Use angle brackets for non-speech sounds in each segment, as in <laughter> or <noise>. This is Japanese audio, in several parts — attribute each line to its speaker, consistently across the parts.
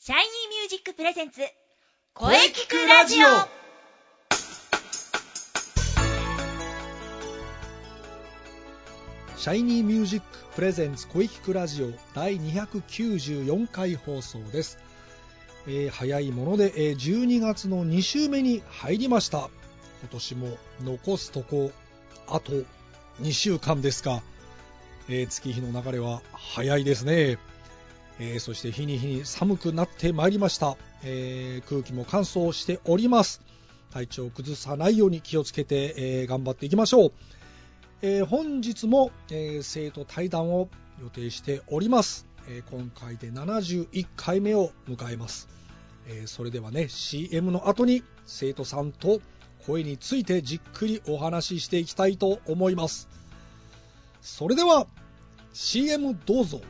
Speaker 1: シャイニーミュージックプレゼンツ
Speaker 2: 声聞くラジオ
Speaker 3: シャイニーミュージックプレゼンツ小池クラジオ第294回放送です、えー早いもので、えー12月の2週目に入りました今年も残すとこあと2週間ですか、えー月日の流れは早いですね、えーそして日に日に寒くなってまいりました、えー空気も乾燥しております体調を崩さないように気をつけて、えー頑張っていきましょうえー本日も、えー生徒対談を予定しております、えー今回で71回目を迎えます、えーそれではね CM の後に生徒さんと声についてじっくりお話ししていきたいと思いますそれでは CM どうぞ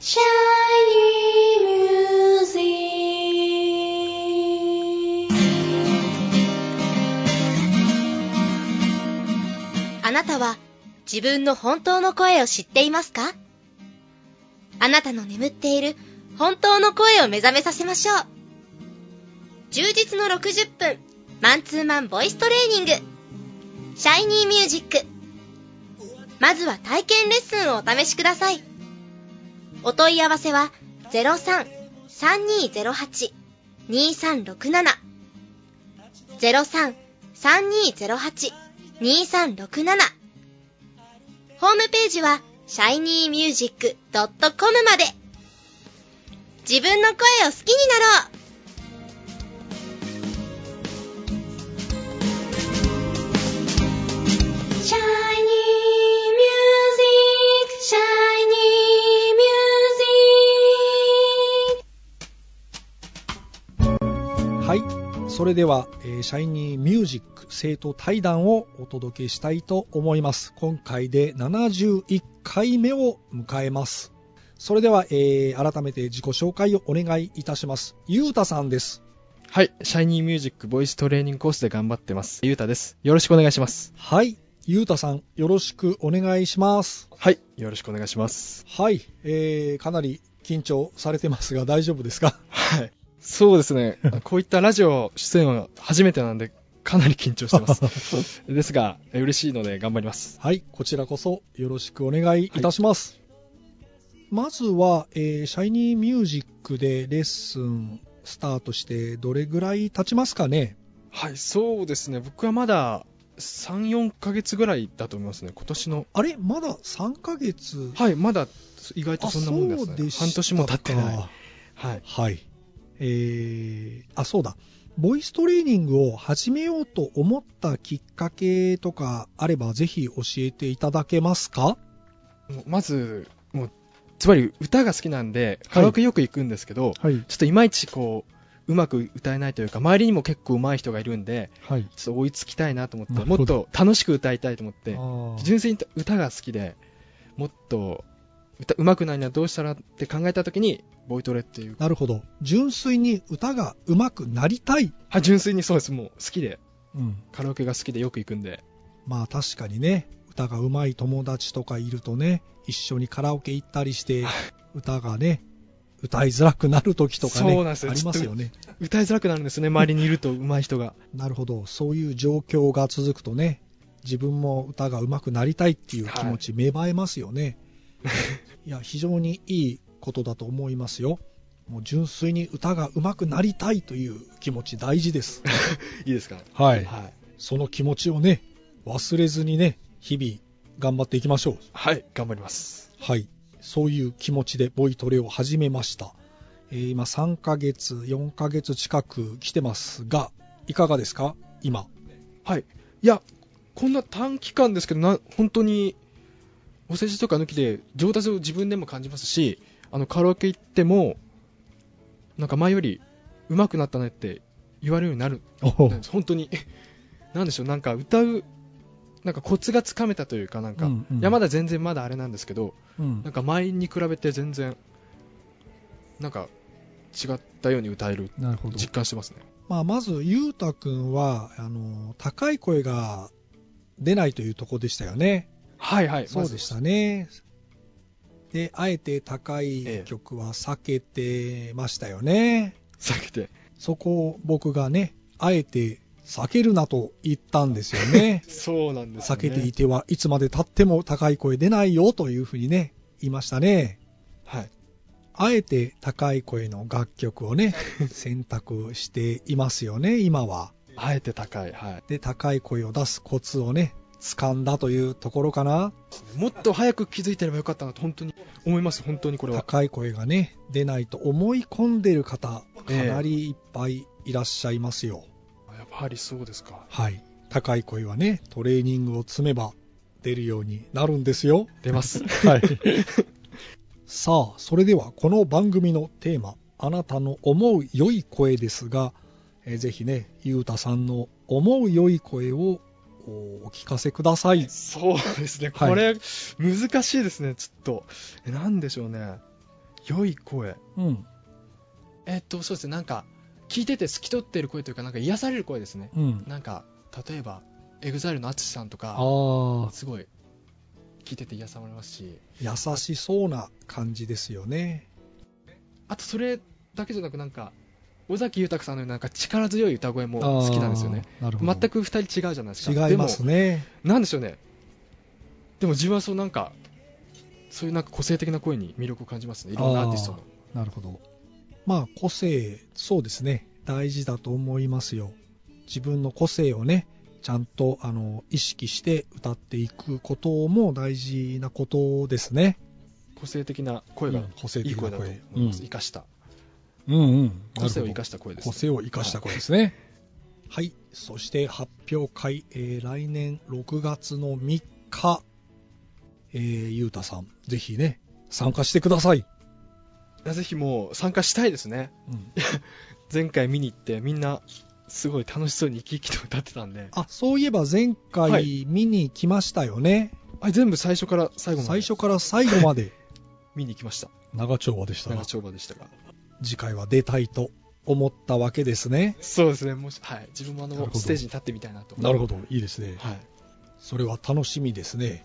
Speaker 1: シャイニーミュージックあなたは自分の本当の声を知っていますかあなたの眠っている本当の声を目覚めさせましょう充実の60分マンツーマンボイストレーニングシャイニーミュージックまずは体験レッスンをお試しくださいお問い合わせは03-3208-2367 03-3208-2367ホームページは shinymusic.com まで自分の声を好きになろうシャイニーミュージック、シャイニーミュージック。
Speaker 3: はいそれでは、えーシャイニーミュージック生徒対談をお届けしたいと思います今回で71回目を迎えますそれでは、えー改めて自己紹介をお願いいたしますゆうたさんです
Speaker 4: はい、シャイニーミュージックボイストレーニングコースで頑張ってます。ゆうたです。よろしくお願いします。
Speaker 3: はいゆうたさんよろしくお願いします
Speaker 4: はい、よろしくお願いします。
Speaker 3: はい、えーかなり緊張されてますが大丈夫ですか
Speaker 4: はい。そうですね。 <laughs> こういったラジオ出演は初めてなんで、かなり緊張して <laughs> ます。ですが、え嬉しいので頑張ります。
Speaker 3: はいこちらこそよろしくお願いいたします、まずは、えーシャイニーミュージックでレッスンスタートしてどれぐらい経ちますかね
Speaker 4: はい、そうですね。僕はまだ3、4ヶ月ぐらいだと思いますね。今年の。
Speaker 3: あれまだ3ヶ月
Speaker 4: はい、まだ意外とそんなもんです
Speaker 3: あそう
Speaker 4: ね。
Speaker 3: でしたか
Speaker 4: 半年も経ってない。はい。
Speaker 3: はいえー、あそうだボイストレーニングを始めようと思ったきっかけとかあればぜひ教えていただけますか
Speaker 4: もうまず、もう、つまり歌が好きなんで、カラオケよく行くんですけど、
Speaker 3: はい
Speaker 4: ちょっといまいちこう、うまく歌えないというか、周りにも結構上手い人がいるんで、
Speaker 3: はい
Speaker 4: ちょっと追いつきたいなと思って、
Speaker 3: なる
Speaker 4: も
Speaker 3: ほ
Speaker 4: っ
Speaker 3: ど
Speaker 4: と楽しく歌いたいと思って、
Speaker 3: あー
Speaker 4: 純粋に歌が好きで、もっと歌上手くなるにはどうしたらって考えたときに、ボイトレっていう、
Speaker 3: なるほど純粋に歌が上手くなりたい、
Speaker 4: あ純粋にそうです、もう好きで、カラオケが好きでよく行くんで、
Speaker 3: まあ確かにね歌が上手い友達とかいるとね一緒にカラオケ行ったり
Speaker 4: <laughs>
Speaker 3: して歌がね歌いづらくなる時とかね
Speaker 4: そうなんですよ
Speaker 3: ありますよね
Speaker 4: 歌いづらくなるんですね、周りにいると上手い人が。
Speaker 3: なるほどそういう状況が続くとね自分も歌が上手くなりたいっていう気持ち芽生えますよ
Speaker 4: <laughs>
Speaker 3: ね、い、や非常にいいことだと思いますよもう純粋に歌が上手くなりたいという気持ち大事です
Speaker 4: <laughs> いいですか
Speaker 3: は
Speaker 4: はい。
Speaker 3: その気持ちをね、忘れずにね、日々頑張っていきましょう。
Speaker 4: はい、頑張ります。
Speaker 3: はい。そういう気持ちでボイトレを始めました。えー今3ヶ月、4ヶ月近く来てますが、いかがですか今。
Speaker 4: はい。いや、こんな短期間ですけど、な本当に、お世辞とか抜きで、上達を自分でも感じますし、あの、カラオケ行っても、なんか前より上手くなったねって言われるようになる。本当に、 <laughs> なんでしょう、なんか歌う、なんかコツがつかめたというか、なんか、
Speaker 3: うんうん
Speaker 4: いや、まだ全然まだあれなんですけど、
Speaker 3: うん
Speaker 4: なんか前に比べて全然、なんか、違ったように歌える
Speaker 3: なるほど。
Speaker 4: 実感してますね
Speaker 3: まあ、まず、ゆうたくんは、あの、高い声が出ないというとこでしたよね。
Speaker 4: はいはい
Speaker 3: そうでしたね。で、あえて高い曲は避けてましたよね。
Speaker 4: 避けて。
Speaker 3: そこを僕がね、あえて避けるなと言ったんですよね
Speaker 4: <laughs> そうなんです
Speaker 3: 避
Speaker 4: よね
Speaker 3: けていてはいつまで経っても高い声出ないよというふうにね、言いましたね。
Speaker 4: はい
Speaker 3: あえて高い声の楽曲を
Speaker 4: <laughs>
Speaker 3: ね、選択していますよね、今は。
Speaker 4: あえて高いはい
Speaker 3: で、高い声を出すコツをね、掴んだというところかな。
Speaker 4: もっと早く気づいてればよかったなと本当に思います本当にこれは
Speaker 3: 高い声がね、出ないと思い込んでる方、か
Speaker 4: ええ
Speaker 3: なりいっぱいいらっしゃいますよ。
Speaker 4: やっぱりそうですか
Speaker 3: はい。高い声はね、トレーニングを積めば出るようになるんですよ。
Speaker 4: 出ます
Speaker 3: はい。さあ、それではこの番組のテーマ、あなたの思う良い声ですが、えーぜひね、ゆうたさんの思う良い声をおお聞かせください。
Speaker 4: <laughs> そうですね
Speaker 3: はい
Speaker 4: これ、難しいですねちょっとえなんでしょうね良い声
Speaker 3: うん。
Speaker 4: えっとそうですねなんか聞いてて透き通ってる声というかなんか癒される声ですね
Speaker 3: うん。
Speaker 4: なんか例えば EXILE の ATSUSHI さんと
Speaker 3: あ
Speaker 4: か
Speaker 3: あ、
Speaker 4: すごい聞いてて癒されますし
Speaker 3: 優しそうな感じですよね。
Speaker 4: あとそれだけじゃなくなんか尾崎豊さんのようななんか力強い歌声も好きなんですよね。
Speaker 3: なるほど。
Speaker 4: 全く2人違うじゃないですか
Speaker 3: 違いますね。
Speaker 4: でもなんでしょうねでも自分はそうなんかそういうなんか個性的な声に魅力を感じますねいろんなアーティストの
Speaker 3: なるほど。まあ、個性、そうですね。大事だと思いますよ。自分の個性をね、ちゃんと、あの、意識して歌っていくことも大事なことですね。
Speaker 4: 個性的な声が
Speaker 3: うん個性
Speaker 4: いい
Speaker 3: 的な
Speaker 4: 声
Speaker 3: 声
Speaker 4: だと思います、
Speaker 3: うん
Speaker 4: 生かした
Speaker 3: うんうん。
Speaker 4: 個性を生かした声です、
Speaker 3: 個性を生かした声ですね。はい。そして発表会、えー来年6月の3日、えー、ゆうたさん、ぜひね、参加してください。
Speaker 4: いやぜひもう参加したいですね前回見に行ってみんなすごい楽しそうに生き生きと歌ってたんで
Speaker 3: あ、そういえば前
Speaker 4: は
Speaker 3: 回
Speaker 4: い
Speaker 3: 見に来ましたよね。
Speaker 4: あ全部最初から最後ま
Speaker 3: 最
Speaker 4: で
Speaker 3: 初から最後まで
Speaker 4: 見に行きました
Speaker 3: <laughs> 長丁場でした
Speaker 4: 長丁場でしたが
Speaker 3: 次回は出たいと思ったわけですね
Speaker 4: そうですねもし、はい、自分もあ
Speaker 3: なるほ
Speaker 4: の
Speaker 3: ど
Speaker 4: ステージに立ってみたいなと
Speaker 3: ほどいいですね
Speaker 4: はい、
Speaker 3: それは楽しみですね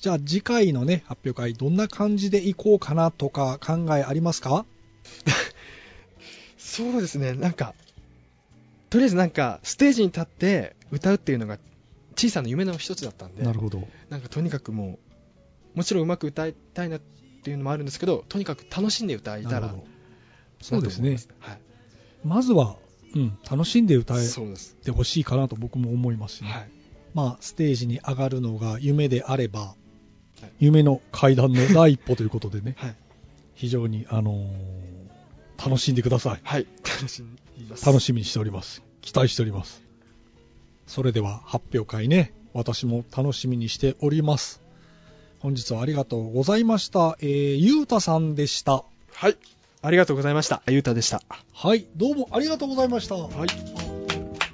Speaker 3: じゃあ次回のね発表会どんな感じで行こうかなとか考えありますか
Speaker 4: そうですねなんかとりあえずなんかステージに立って歌うっていうのが小さな夢の一つだったんで
Speaker 3: ほど
Speaker 4: なんかとにかくもうもちろんうまく歌いたいなっていうのもあるんですけどとにかく楽しんで歌えたら
Speaker 3: なるほどそうです
Speaker 4: な
Speaker 3: ね
Speaker 4: と思います
Speaker 3: まずは、うん、楽しんで歌
Speaker 4: はい、
Speaker 3: え
Speaker 4: そうです、
Speaker 3: てほしいかなと僕も思いますしね、
Speaker 4: はい、
Speaker 3: まあステージに上がるのが夢であれば
Speaker 4: い
Speaker 3: 夢の階段の第一歩ということでね
Speaker 4: はい
Speaker 3: 非常に、あのー楽しんでください
Speaker 4: はい、楽しみます
Speaker 3: 楽しみにしております期待しておりますそれでは発表会ね私も楽しみにしております本日はありがとうございました、えー、ゆうたさんでした
Speaker 4: はいありがとうございましたゆうたでした
Speaker 3: はいどうもありがとうございました、
Speaker 4: はい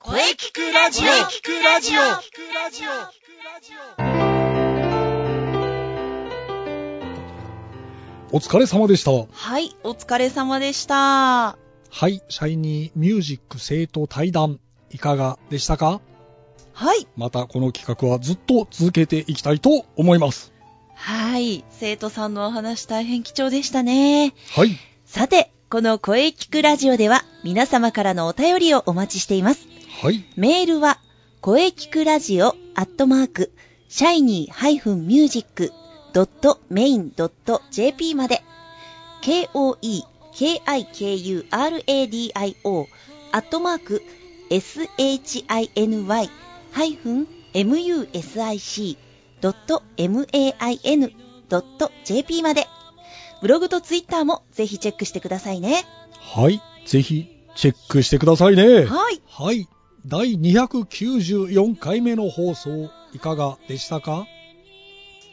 Speaker 2: 声聞くラジオ声聞くラジオ
Speaker 3: お疲れ様でした
Speaker 1: はい、お疲れ様でした。
Speaker 3: はいシャイニーミュージック生徒対談いかがでしたか
Speaker 1: はい。
Speaker 3: またこの企画はずっと続けていきたいと思います
Speaker 1: はい、生徒さんのお話大変貴重でしたね。
Speaker 3: はい
Speaker 1: さて、この声聞くラジオでは皆様からのお便りをお待ちしています。
Speaker 3: はい
Speaker 1: メールは、声聞くラジオアットマーク、シャイニー -music.main.jp まで、k-o-e-k-i-k-u-r-a-d-i-o アットマーク、shiny-music.main.jp まで、ブログとツイッターもぜひチェックしてくださいね。
Speaker 3: はいぜひチェックしてくださいね
Speaker 1: はい。
Speaker 3: はい。第294回目の放送、いかがでしたか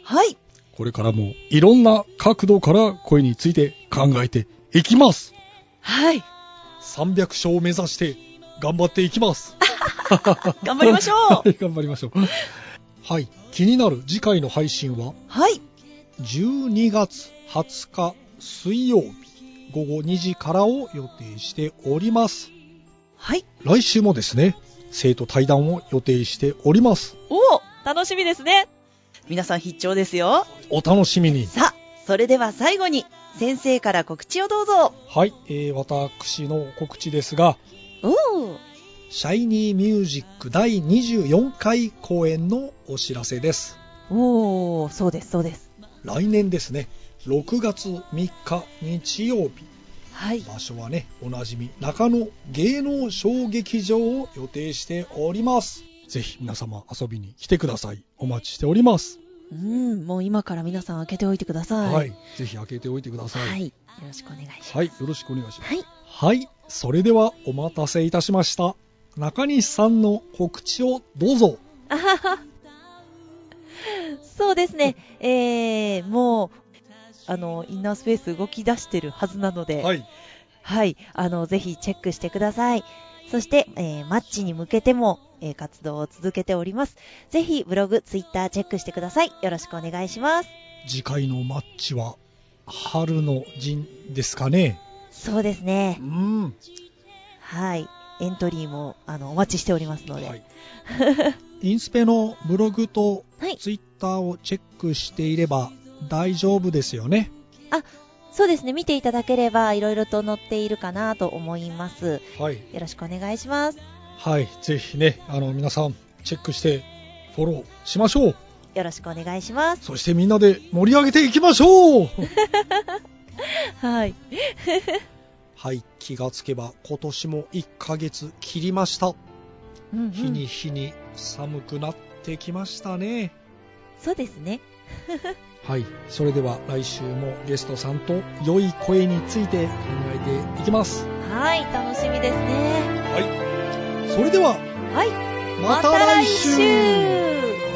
Speaker 1: はい。
Speaker 3: これからもいろんな角度から声について考えていきます。
Speaker 1: はい。
Speaker 3: 300勝を目指して頑張っていきます。
Speaker 1: 頑張りましょ
Speaker 3: は
Speaker 1: う
Speaker 3: い頑張りましょう。はい。気になる次回の配信は
Speaker 1: はい。
Speaker 3: 12月20日水曜日午後2時からを予定しております。
Speaker 1: はい。
Speaker 3: 来週もですね、生徒対談を予定しております。
Speaker 1: おお楽しみですね皆さん必聴ですよ
Speaker 3: お楽しみに。
Speaker 1: さあ、それでは最後に、先生から告知をどうぞ。
Speaker 3: はい、えー私の告知ですが、
Speaker 1: おお。
Speaker 3: シャイニーミュージック第24回公演のお知らせです。
Speaker 1: おお、そうです、そうです。
Speaker 3: 来年ですね、6月3日日曜日、
Speaker 1: はい。
Speaker 3: 場所はね、おなじみ中野芸能小劇場を予定しております。ぜひ皆様遊びに来てください。お待ちしております。
Speaker 1: うん、もう今から皆さん開けておいてください。
Speaker 3: はい、。ぜひ開けておいてください。
Speaker 1: は。
Speaker 3: はいい、
Speaker 1: よろしくお願いします。
Speaker 3: よろしくお願いします。
Speaker 1: はい。 <laughs>
Speaker 3: はい、それではお待たせいたしました。中西さんの告知をどうぞ。
Speaker 1: あはは。そうですね。えー、もう、あの、インナースペース動き出してるはずなので、
Speaker 3: はい。
Speaker 1: はい。あの、ぜひチェックしてください。そして、えーマッチに向けても、えー活動を続けております。ぜひ、ブログ、ツイッターチェックしてください。よろしくお願いします。
Speaker 3: 次回のマッチは春の陣ですかね。
Speaker 1: そうですね
Speaker 3: う。ん。
Speaker 1: はい。エントリーも、あの、お待ちしておりますので。
Speaker 3: はい。インスペのブログと
Speaker 1: はい
Speaker 3: ツイッターをチェックしていれば大丈夫ですよね。
Speaker 1: そうですね。見ていただければ、いろいろと載っているかなと思います。
Speaker 3: はい。
Speaker 1: よろしくお願いします。
Speaker 3: はい。ぜひね、あの皆さんチェックしてフォローしましょう。
Speaker 1: よろしくお願いします。
Speaker 3: そしてみんなで盛り上げていきましょう
Speaker 1: はい。
Speaker 3: <laughs> はい。気がつけば今年も1ヶ月切りました。
Speaker 1: うん、うん。
Speaker 3: 日に日に寒くなってきましたね。
Speaker 1: そうですね。
Speaker 3: はい、それでは来週もゲストさんと良い声について考えていきます。
Speaker 1: はい。楽しみですね。
Speaker 3: それでは
Speaker 1: はい。
Speaker 3: また来週
Speaker 1: また来週